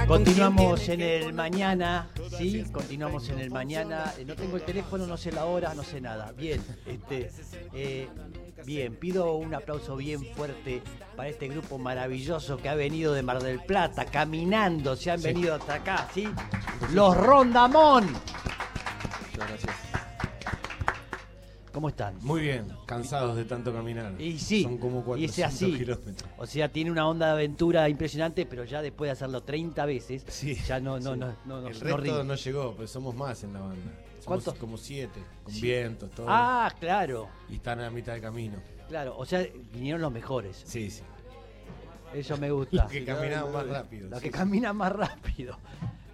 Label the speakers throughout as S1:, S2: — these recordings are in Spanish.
S1: Ah,
S2: Continuamos en el mañana, sí, continuamos en el mañana. Eh, No tengo el teléfono, no sé la hora, no sé nada. Bien, este, eh, bien, pido un aplauso bien fuerte para este grupo maravilloso que ha venido de Mar del Plata, caminando, se han venido hasta acá, ¿sí? Los Rondamón.
S1: Muchas gracias.
S2: ¿Cómo están?
S1: Muy bien, cansados de tanto caminar.
S2: Y sí,
S1: Son como
S2: y es
S1: 400
S2: así.
S1: kilómetros.
S2: O sea, tiene una onda de aventura impresionante, pero ya después de hacerlo 30 veces,
S1: Sí,
S2: ya no, no,
S1: sí.
S2: no, no, no,
S1: El
S2: no
S1: resto
S2: rinde.
S1: no, llegó, pues somos más en la banda. Somos
S2: ¿Cuántos?
S1: como siete, con
S2: Sí.
S1: vientos, todo.
S2: Ah, claro,
S1: Y están a mitad de camino.
S2: claro. O sea, vinieron los mejores.
S1: Sí, sí.
S2: Eso me gusta.
S1: Que caminaban más rápido.
S2: Los
S1: sí,
S2: que caminan más rápido.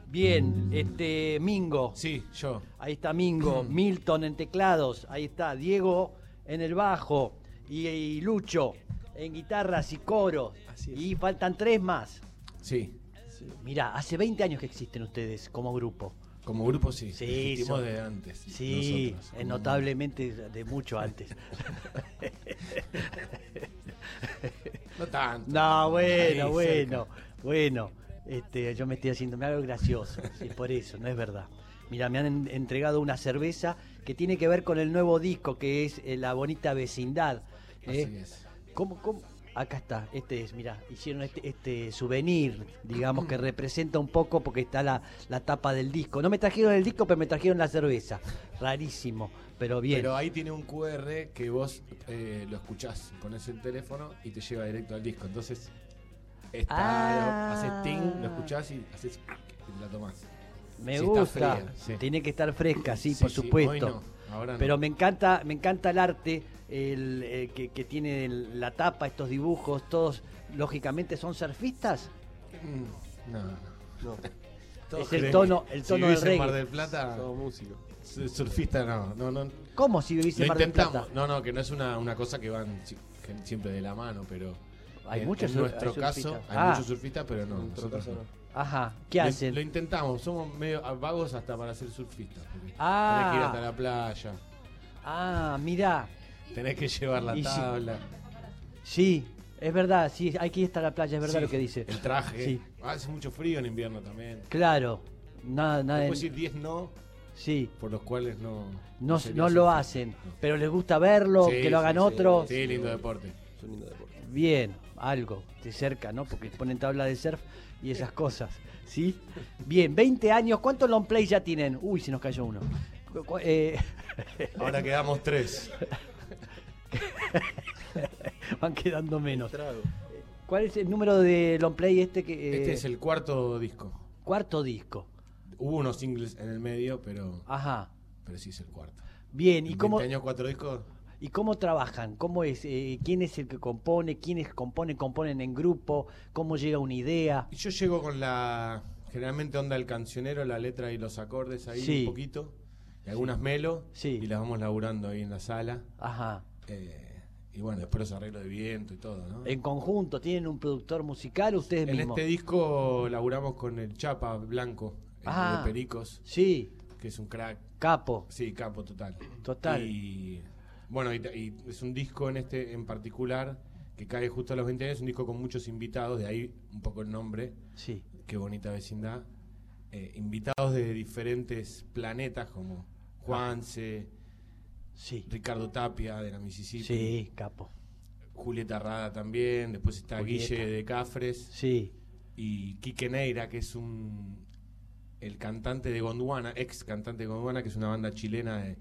S2: Bien, este Mingo.
S1: sí. Sí, yo.
S2: Ahí está Mingo, Milton en teclados, ahí está Diego en el bajo y, y Lucho en guitarras y coros.
S3: Así es.
S2: Y faltan tres más.
S1: Sí.
S3: Sí.
S2: Mirá, hace 20 años que existen ustedes como grupo.
S1: Como grupo sí.
S2: Sí,
S1: Existimos
S2: son-
S1: de antes.
S2: Sí,
S1: nosotros,
S2: es
S1: como-
S2: notablemente de mucho antes.
S1: No tanto.
S2: No,
S1: Ahí,
S2: bueno,
S1: cerca.
S2: bueno, bueno. Este, yo me estoy haciéndome algo gracioso, sí, por eso, no es verdad. Mira, me han en- entregado una cerveza que tiene que ver con el nuevo disco, que es eh, La Bonita Vecindad.
S1: Así
S2: ¿eh?
S1: es.
S2: ¿Cómo, cómo? Acá está, este es, mira, hicieron este, este souvenir, digamos, que representa un poco porque está la, la tapa del disco. No me trajeron el disco, pero me trajeron la cerveza. Rarísimo, pero bien.
S1: Pero ahí tiene un QR que vos eh, lo escuchás, pones el teléfono y te lleva directo al disco. Entonces, está,
S2: Ah.
S1: haces ting, lo escuchás y haces y la tomás.
S2: me
S1: sí, está
S2: gusta.
S1: fría, sí.
S2: Tiene que estar fresca, sí,
S1: Sí,
S2: por
S1: sí, hoy
S2: supuesto.
S1: no, ahora no.
S2: Pero me encanta, me encanta el arte el, eh, que, que tiene el- la tapa, estos dibujos, todos, lógicamente, son surfistas.
S1: Mm, No, no.
S3: No,
S2: Es el tono- el tono
S1: si vivís
S2: del
S1: en Mar
S2: reggae.
S1: del Plata,
S3: somos músicos.
S1: su- surfista no, no, no.
S2: ¿Cómo si vivís
S1: Lo
S2: en Mar del Plata?
S1: intentamos. No, no, que no es una, una cosa que van si- que siempre de la mano, pero
S2: Hay
S1: en,
S2: muchos
S1: en
S2: sur-
S1: nuestro
S2: hay
S1: caso
S2: surfistas.
S1: hay
S2: Ah.
S1: muchos surfistas, pero no.
S3: En otro
S1: nosotros
S3: caso
S1: no.
S3: no.
S2: Ajá, ¿qué
S1: Lo-
S2: hacen?
S1: Lo, intentamos, somos medio a- vagos hasta para ser surfistas. porque
S2: Ah.
S1: Tenés que ir hasta la playa,
S2: Ah, mirá.
S1: tenés que llevar la
S2: Y si-
S1: tabla.
S2: Sí, es verdad, sí, hay que ir hasta la playa, es verdad
S1: Sí,
S2: lo que dice.
S1: El traje.
S2: Sí.
S1: Hace mucho frío en invierno también.
S2: Claro, nada, nada. en-
S1: Puedes decir 10 no,
S2: Sí,
S1: por los cuales no.
S2: no,
S1: sería
S2: no lo
S1: surfista.
S2: hacen,
S1: No.
S2: pero les gusta verlo,
S1: Sí,
S2: que lo
S1: sí,
S2: hagan
S1: sí,
S2: otros.
S1: Sí, lindo deporte.
S3: Es un lindo deporte.
S2: Bien, algo, de cerca, ¿no? Porque ponen tabla de surf y esas cosas, ¿sí? Bien, 20 años, ¿cuántos long play ya tienen? Uy, se nos cayó uno. Cu- cu- eh,
S1: Ahora quedamos tres.
S2: van quedando menos.
S3: Trago.
S2: ¿Cuál es el número de long play este que... eh,
S1: Este es el cuarto disco.
S2: Cuarto disco.
S1: Hubo unos singles en el medio, pero,
S2: Ajá.
S1: pero sí es el cuarto.
S2: Bien, ¿y
S1: En
S2: cómo,
S1: 20 años, cuatro discos?
S2: ¿Y cómo trabajan? ¿Cómo es? Eh, ¿Quién es el que compone? ¿Quiénes componen? ¿Componen en grupo? ¿Cómo llega una idea?
S1: Yo llego con la. Generalmente onda el cancionero, la letra y los acordes ahí
S2: Sí.
S1: un poquito. Y algunas melo.
S2: Sí.
S1: Y las vamos laburando ahí en la sala.
S2: Ajá.
S1: Eh, y bueno, después los arreglos de viento y todo, ¿no?
S2: En conjunto, ¿tienen un productor musical ustedes
S1: en
S2: mismos?
S1: este disco laburamos con el Chapa Blanco, el
S2: Ah.
S1: de Pericos,
S2: Sí,
S1: que es un crack.
S2: capo.
S1: Sí, capo total.
S2: Total.
S1: Y bueno, y, y es un disco en este en particular que cae justo a los 20 años, un disco con muchos invitados, de ahí un poco el nombre,
S2: Sí.
S1: qué bonita vecindad. Eh, invitados de diferentes planetas como Juanse,
S2: Sí.
S1: Ricardo Tapia de la Mississippi,
S2: Sí, capo.
S1: Julieta Rada también, después está
S2: Julieta.
S1: Guille de Cafres
S2: Sí.
S1: y Quique Neira, que es un el cantante de Gondwana, ex cantante de Gondwana, que es una banda chilena de,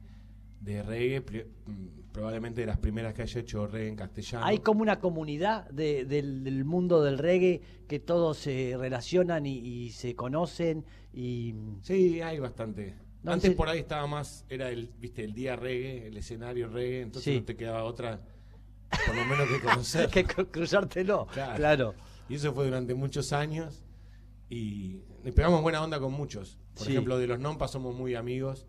S1: de reggae, pri- mm, probablemente de las primeras que haya hecho reggae en castellano.
S2: Hay como una comunidad de- del, del mundo del reggae que todos se relacionan y, y se conocen y...
S1: Sí, hay bastante.
S2: No,
S1: Antes
S2: sí.
S1: por ahí estaba más, era el, viste, el día reggae, el escenario reggae, entonces
S2: Sí.
S1: no te quedaba otra, por lo menos que conocer.
S2: que cru- cruzártelo,
S1: Claro.
S2: claro.
S1: Y eso fue durante muchos años y le pegamos buena onda con muchos. Por
S2: Sí.
S1: ejemplo, de los Nompa somos muy amigos.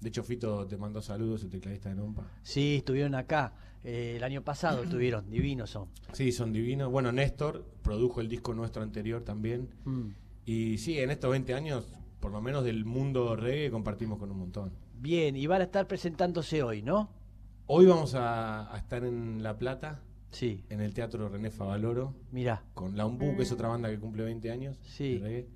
S1: De hecho, Fito te mandó saludos, el tecladista de Nompa.
S2: Sí, estuvieron acá. eh, el año pasado estuvieron, divinos son.
S1: Sí, son divinos. Bueno, Néstor produjo el disco nuestro anterior también.
S2: Mm.
S1: Y sí, en estos 20 años, por lo menos del mundo reggae, compartimos con un montón.
S2: Bien, y van a estar presentándose hoy, ¿no?
S1: Hoy vamos a, a estar en La Plata,
S2: Sí.
S1: en el Teatro René Favaloro,
S2: Mirá,
S1: con La Umbu, que es otra banda que cumple 20 años.
S2: Sí.
S1: de reggae.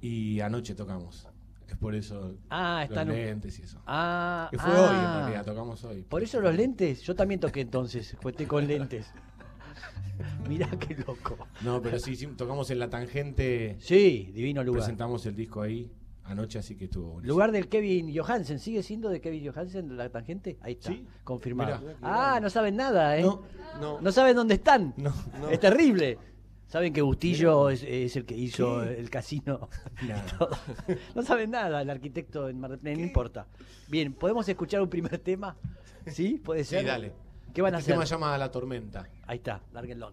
S3: Y anoche tocamos. Es por eso
S2: Ah,
S3: los
S2: están un-
S3: lentes y eso.
S2: Ah,
S3: que fue
S2: ah.
S3: hoy en realidad, tocamos hoy.
S2: Por eso los lentes, yo también toqué entonces, fue estoy con lentes. Mirá qué loco.
S3: No, pero sí, sí, tocamos en la tangente.
S2: Sí, divino lugar.
S3: Presentamos el disco ahí anoche, así que estuvo buenísimo.
S2: Lugar del Kevin Johansen, ¿sigue siendo de Kevin Johansen la tangente? Ahí está,
S3: Sí.
S2: confirmado.
S3: Mirá.
S2: ah, no saben nada, ¿eh?
S3: No,
S2: No,
S3: no,
S2: saben dónde están.
S3: no.
S2: Es terrible. Saben que Bustillo es, es el que hizo el casino.
S3: Nah.
S2: Todo. No saben nada, el arquitecto en Mar del Plata, no importa. Bien, ¿podemos escuchar un primer tema? ¿Sí? ¿Puede
S3: Sí,
S2: ser?
S3: dale.
S2: ¿Qué van a
S3: Este
S2: hacer?
S3: tema se llama La Tormenta.
S2: Ahí está, larguenlo.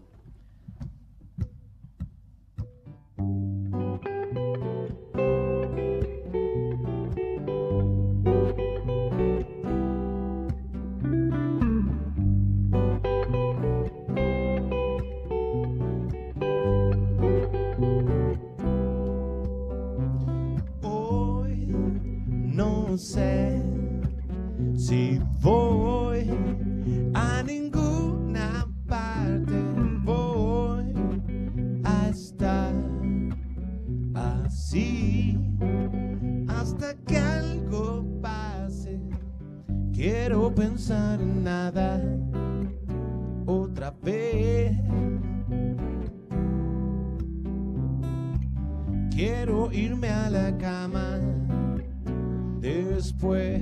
S1: Hoy no sé si voy a ninguna parte. Voy a estar así hasta que algo pase. Quiero pensar en nada otra vez. Quiero irme a la cama después.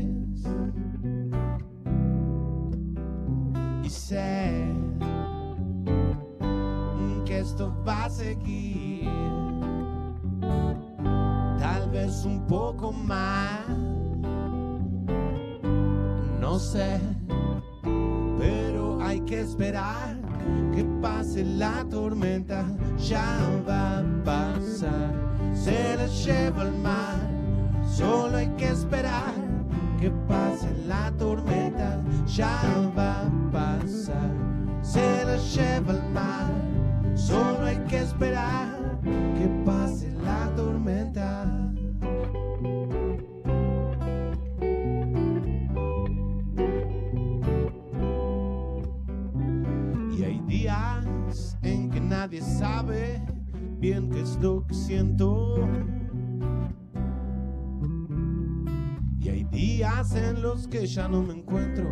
S1: Y sé que esto va a seguir. Tal vez un poco más. No sé. Pero hay que esperar que pase la tormenta. Ya va a pasar. Se la lleva el mar. Solo hay que esperar que pase la tormenta. Ya va a pasar. Se la lleva el mar. Solo hay que esperar que pase la tormenta. Y hay días en que nadie sabe bien qué es lo que siento. Y hay días en los que ya no me encuentro,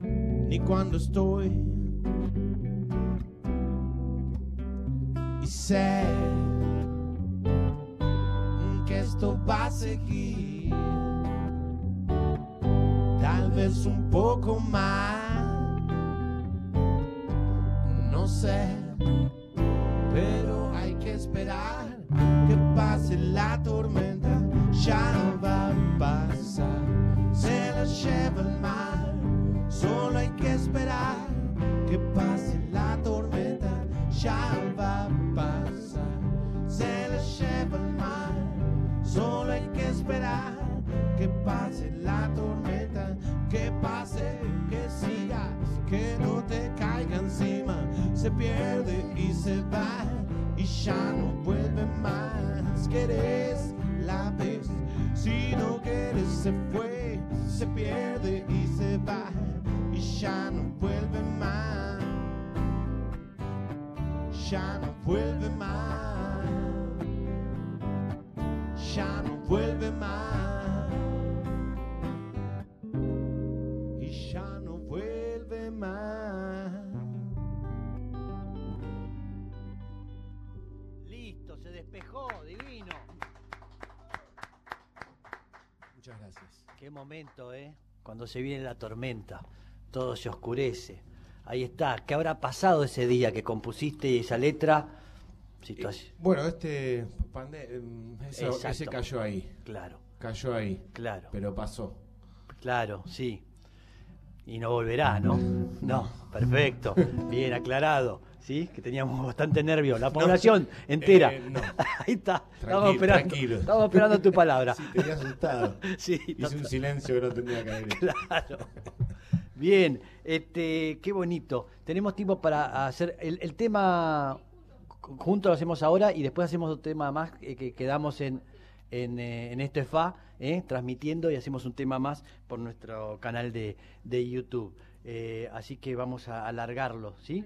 S1: ni cuando estoy. Y sé que esto va a seguir, tal vez un poco más no sé, pero hay que esperar que pase la tormenta, ya va a pasar, se la lleva el mar, solo hay que esperar que pase la tormenta, ya va a pasar, se la lleva el mar, solo hay que esperar que pase la tormenta, que pase, que siga, que no te caiga encima, se pierde y se va y ya no vuelve más. Querés la vez, si no quieres se fue, se pierde y se va y ya no vuelve más. Ya no vuelve más. Ya no vuelve más y ya no vuelve más.
S2: Listo, se despejó, divino.
S3: Muchas gracias.
S2: Qué momento, ¿eh? Cuando se viene la tormenta, todo se oscurece. Ahí está, ¿qué habrá pasado ese día que compusiste esa letra? Situación.
S3: Bueno, este. pande- em, eso-
S2: Exacto.
S3: ese cayó ahí.
S2: Claro,
S3: Cayó ahí.
S2: claro,
S3: Pero pasó.
S2: claro, sí. Y no volverá, ¿no? No, perfecto, bien aclarado. ¿Sí? Que teníamos bastante nervio, la población entera.
S3: eh, no.
S2: Ahí está,
S3: Tranquilo,
S2: estamos esperando.
S3: tranquilo.
S2: Estamos esperando tu palabra.
S3: Sí, tenía asustado.
S2: Sí,
S3: Hice un silencio que no tendría que haber hecho.
S2: Claro. Bien, este, qué bonito. Tenemos tiempo para hacer el, el tema ju- junto lo hacemos ahora y después hacemos otro tema más eh, que quedamos en en, eh, en esto es fa, eh, transmitiendo y hacemos un tema más por nuestro canal de, de YouTube. Eh, así que vamos a alargarlo, ¿sí?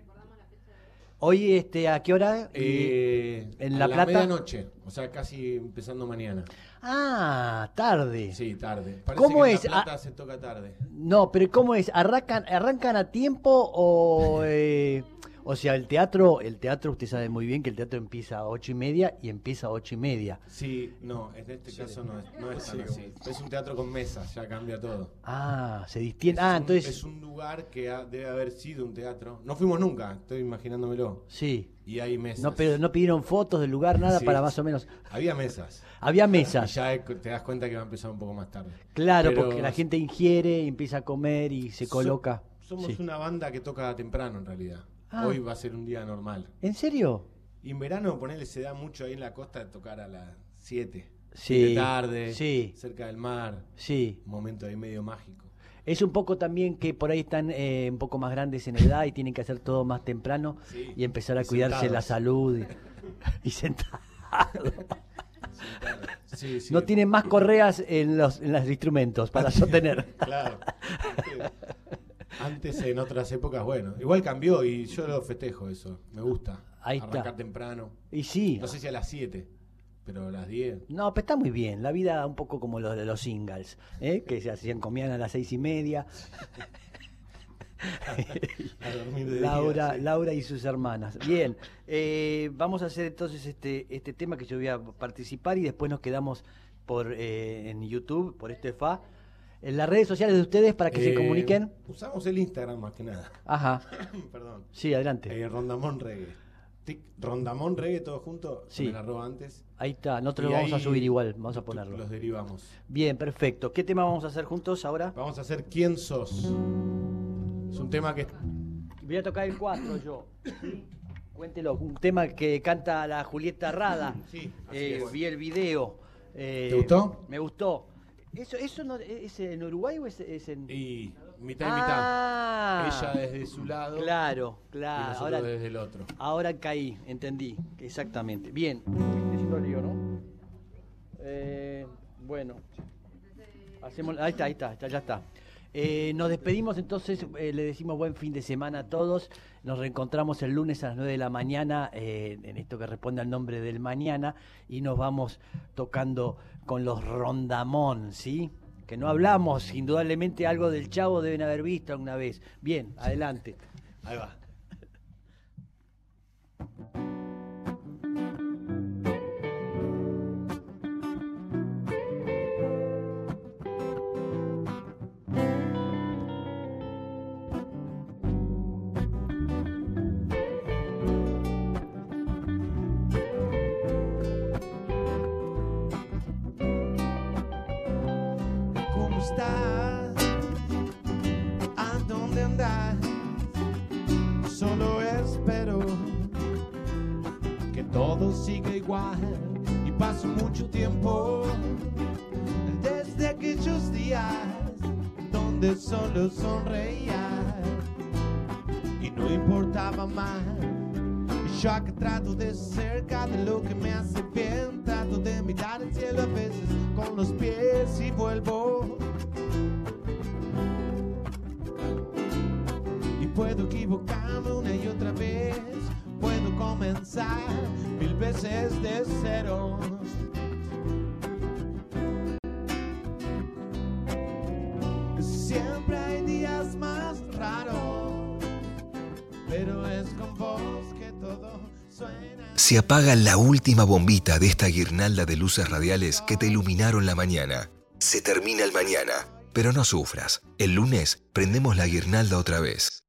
S2: Hoy, este, ¿a qué hora?
S1: Eh,
S2: ¿En
S1: a
S2: La Plata?
S1: medianoche, o sea, casi empezando mañana.
S2: ah, tarde.
S1: Sí, tarde.
S2: ¿Cómo
S1: que en
S2: es?
S1: La Plata
S2: Ah.
S1: se toca tarde.
S2: No, pero ¿cómo es? ¿Arrancan, arrancan a tiempo o...? eh, o sea, el teatro, el teatro, usted sabe muy bien que el teatro empieza a ocho y media y empieza a ocho y media.
S1: Sí, no, en este caso no es, no es tan así. Es un teatro con mesas, ya cambia todo.
S2: Ah, se distiende.
S1: Es
S2: Ah,
S1: un-
S2: entonces...
S1: Es un lugar que ha- debe haber sido un teatro. No fuimos nunca, estoy imaginándomelo.
S2: Sí.
S1: Y hay mesas.
S2: No, pero no pidieron fotos del lugar, nada
S1: Sí.
S2: para más o menos.
S1: Había mesas.
S2: Había
S1: Y
S2: mesas.
S1: ya te das cuenta que va a empezar un poco más tarde.
S2: Claro,
S1: Pero
S2: porque la gente ingiere, y empieza a comer y se
S1: so-
S2: coloca.
S1: Somos
S2: Sí.
S1: una banda que toca temprano en realidad.
S2: Ah.
S1: Hoy va a ser un día normal.
S2: ¿En serio?
S1: Y en verano, ponele, se da mucho ahí en la costa de tocar a las 7.
S2: Sí,
S1: De tarde,
S2: sí.
S1: cerca del mar.
S2: Sí.
S1: Un momento ahí medio mágico.
S2: Es un poco también que por ahí están eh, un poco más grandes en edad y tienen que hacer todo más temprano
S1: Sí.
S2: y em- empezar a
S1: Y
S2: cuidarse la
S1: sentados.
S2: salud y, y sentado.
S1: Sí, sí.
S2: No tienen más correas en los, en los instrumentos para sostener.
S1: Claro. Antes, en otras épocas, bueno. Igual cambió y yo lo festejo eso. Me gusta.
S2: Ahí está.
S1: Arrancar temprano.
S2: Y sí.
S1: No sé si a las 7, pero a las 10.
S2: No, pero está muy bien. La vida un poco como los, los singles, ¿eh? que se hacían comían a las seis y media.
S1: A dormir de
S2: Laura,
S1: día, sí.
S2: Laura y sus hermanas. Bien, eh, vamos a hacer entonces este, este tema que yo voy a participar y después nos quedamos por eh, en YouTube, por este fa. En las redes sociales de ustedes para que se
S1: Eh,
S2: comuniquen.
S1: Usamos el Instagram más que nada.
S2: Ajá,
S1: Perdón.
S2: sí, adelante.
S1: Eh, Rondamón Reggae. Tic, Rondamón Reggae, todo junto.
S2: Sí.
S1: Me la robo antes.
S2: Ahí está, nosotros
S1: Y
S2: lo vamos a
S1: ahí
S2: subir igual, vamos a
S1: tu-
S2: ponerlo.
S1: Los derivamos.
S2: Bien, perfecto. ¿Qué tema vamos a hacer juntos ahora?
S1: Vamos a hacer ¿Quién sos? Es un tema que
S2: Voy a tocar el 4 yo. Cuéntelo, un tema que canta la Julieta Rada.
S1: Sí, así
S2: Eh,
S1: es.
S2: Vi el video. Eh,
S1: ¿Te gustó?
S2: Me gustó. ¿Eso, eso no, es en Uruguay o es, es en...?
S1: Y mitad y
S2: Ah.
S1: mitad. Ella desde su lado
S2: Claro,
S1: y
S2: claro.
S1: nosotros
S2: Ahora,
S1: desde el otro.
S2: ahora caí, entendí. Exactamente. Bien. Estoy haciendo lío, ¿no? Eh, bueno. Hacemos, ahí está, ahí está, ya, ya está. Eh, nos despedimos entonces, eh, le decimos buen fin de semana a todos. Nos reencontramos el lunes a las 9 de la mañana, eh, en esto que responde al nombre del mañana, y nos vamos tocando con los rondamón, ¿sí? Que no hablamos, indudablemente algo del chavo deben haber visto alguna vez. Bien, adelante.
S1: Ahí va.
S3: ¿Cómo estás? ¿A dónde andas? Solo espero que todo siga igual. Y paso mucho tiempo desde aquellos días donde solo sonreía y no importaba más. Y Yo acá trato de cerca de lo que me hace bien, trato de mirar el cielo a veces con los pies y vuelvo. Y puedo equivocarme una y otra vez, puedo comenzar mil veces de cero. Siempre hay días más raros pero es con vos que todo suena.
S4: Se apaga la última bombita de esta guirnalda de luces radiales que te iluminaron la mañana. Se termina el mañana, pero no sufras. El lunes prendemos la guirnalda otra vez.